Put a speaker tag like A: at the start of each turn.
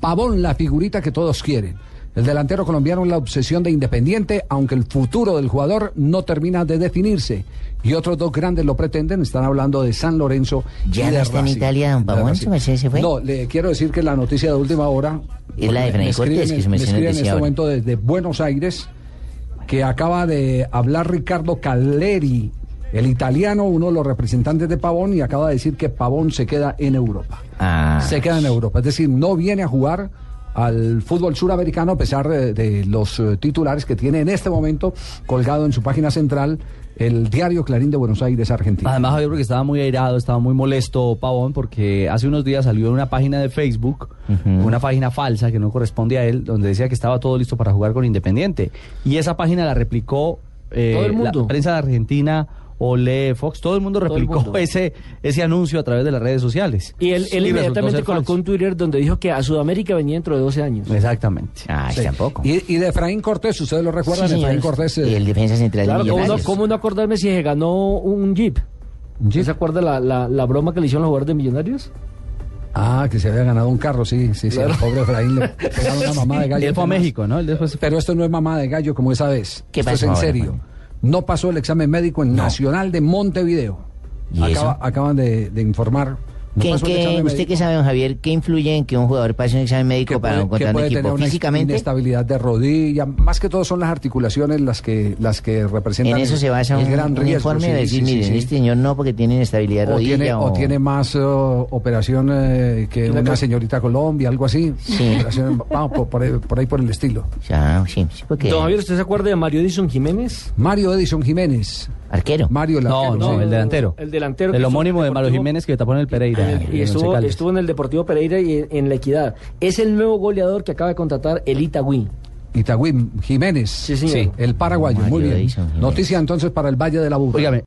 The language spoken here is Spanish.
A: Pavón, la figurita que todos quieren. El delantero colombiano es la obsesión de Independiente, aunque el futuro del jugador no termina de definirse. Y otros dos grandes lo pretenden, están hablando de San Lorenzo.
B: ¿Ya
A: y
B: no
A: de
B: está en
A: Racing.
B: Italia don
A: De
B: Pavón?
A: Racing.
B: ¿Se me hace- se fue?
A: No, le quiero decir que la noticia de última hora.
B: Es la de Freddy Cortés,
A: escriben,
B: que se
A: me
B: mencionó
A: escriben en
B: desde
A: este
B: ahora.
A: momento desde Buenos Aires que acaba de hablar Ricardo Calleri, el italiano, uno de los representantes de Pavón, y acaba de decir que Pavón se queda en Europa.
B: Ah.
A: Se queda en Europa, es decir, no viene a jugar al fútbol suramericano a pesar de, de los eh, titulares que tiene en este momento colgado en su página central el diario Clarín de Buenos Aires,
B: Ah,
A: Argentina.
C: Además, Javier, porque estaba muy airado, estaba muy molesto Pavón, porque hace unos días salió en una página de Facebook, una página falsa que no corresponde a él, donde decía que estaba todo listo para jugar con Independiente. Y esa página la replicó eh,
D: Todo el mundo.
C: la prensa de Argentina, Ole, Fox, todo el mundo
D: Todo el
C: replicó
D: mundo.
C: Ese, ese anuncio a través de las redes sociales.
D: Y él, él
C: resultó
D: inmediatamente
C: ser
D: colocó
C: falso.
D: un Twitter donde dijo que a Sudamérica venía dentro de 12 años.
C: Exactamente.
B: Ay,
D: Ah.
A: Sí.
B: tampoco.
A: Y, y de Efraín Cortés, ustedes lo recuerdan,
B: Sí,
A: Efraín
B: señores.
A: Cortés. eh,
B: Y el defensa central
D: Claro,
B: de
D: ¿cómo no,
B: Millonarios.
D: cómo no acordarme si se ganó un Jeep? ¿Se acuerda la, la- la broma que le hicieron los jugadores de Millonarios?
A: Ah, que se había ganado un carro, sí, sí, sí. El pobre Efraín le pegaron una mamá de gallo.
C: Él fue a México, ¿no? Él después se fue.
A: Pero esto no es mamá de gallo como esa vez.
B: ¿Qué
A: esto es
B: pasó
A: en
B: ahora,
A: serio.
B: Juan?
A: No pasó el examen médico en Nacional de Montevideo.
B: ¿Y eso?
A: Acaban de, de informar. No
B: ¿Qué-
A: pasó el
B: qué-
A: examen
B: ¿Usted
A: médico.
B: qué sabe, don Javier? ¿Qué influye en que un jugador pase un examen médico
A: que
B: para
A: puede, que
B: encontrar un
A: puede tener
B: equipo?
A: una
B: ¿Físicamente?
A: inestabilidad de rodilla, más que todo son las articulaciones las que las que representan
B: En eso se basa
A: el
B: un,
A: gran
B: un
A: riesgo, sí,
B: informe de decir,
A: sí, sí,
B: miren,
A: sí.
B: este señor no porque tiene inestabilidad de
A: o
B: rodilla.
A: tiene, o tiene más eh, operación eh, que
D: Una
A: una
D: ca-
A: señorita Colombia, algo así.
B: Sí.
A: Operación- vamos, por, por ahí, por ahí por el estilo.
B: Ya, sí, sí, porque...
D: Don Javier, ¿usted se acuerda de Mario Edison Jiménez?
A: Mario Edison Jiménez.
B: Arquero.
A: Mario el
C: No,
A: arquero,
C: no,
A: sí.
C: el delantero.
D: El delantero que
C: El
D: hizo
C: homónimo de Mario
D: Deportivo- Ah,
C: Jiménez que tapó en el Pereira.
B: en el-
C: en
D: Eh, Y
C: el Once
D: estuvo,
C: Caldas.
D: estuvo en el Deportivo Pereira y en, en La Equidad. Es el nuevo goleador que acaba de contratar el Itagüí.
A: Itagüí Jiménez.
D: Sí, señor.
A: El paraguayo,
B: Mario
A: muy bien.
B: Edison Jiménez.
A: Noticia entonces para el Valle de la Bufa.
C: Óigame,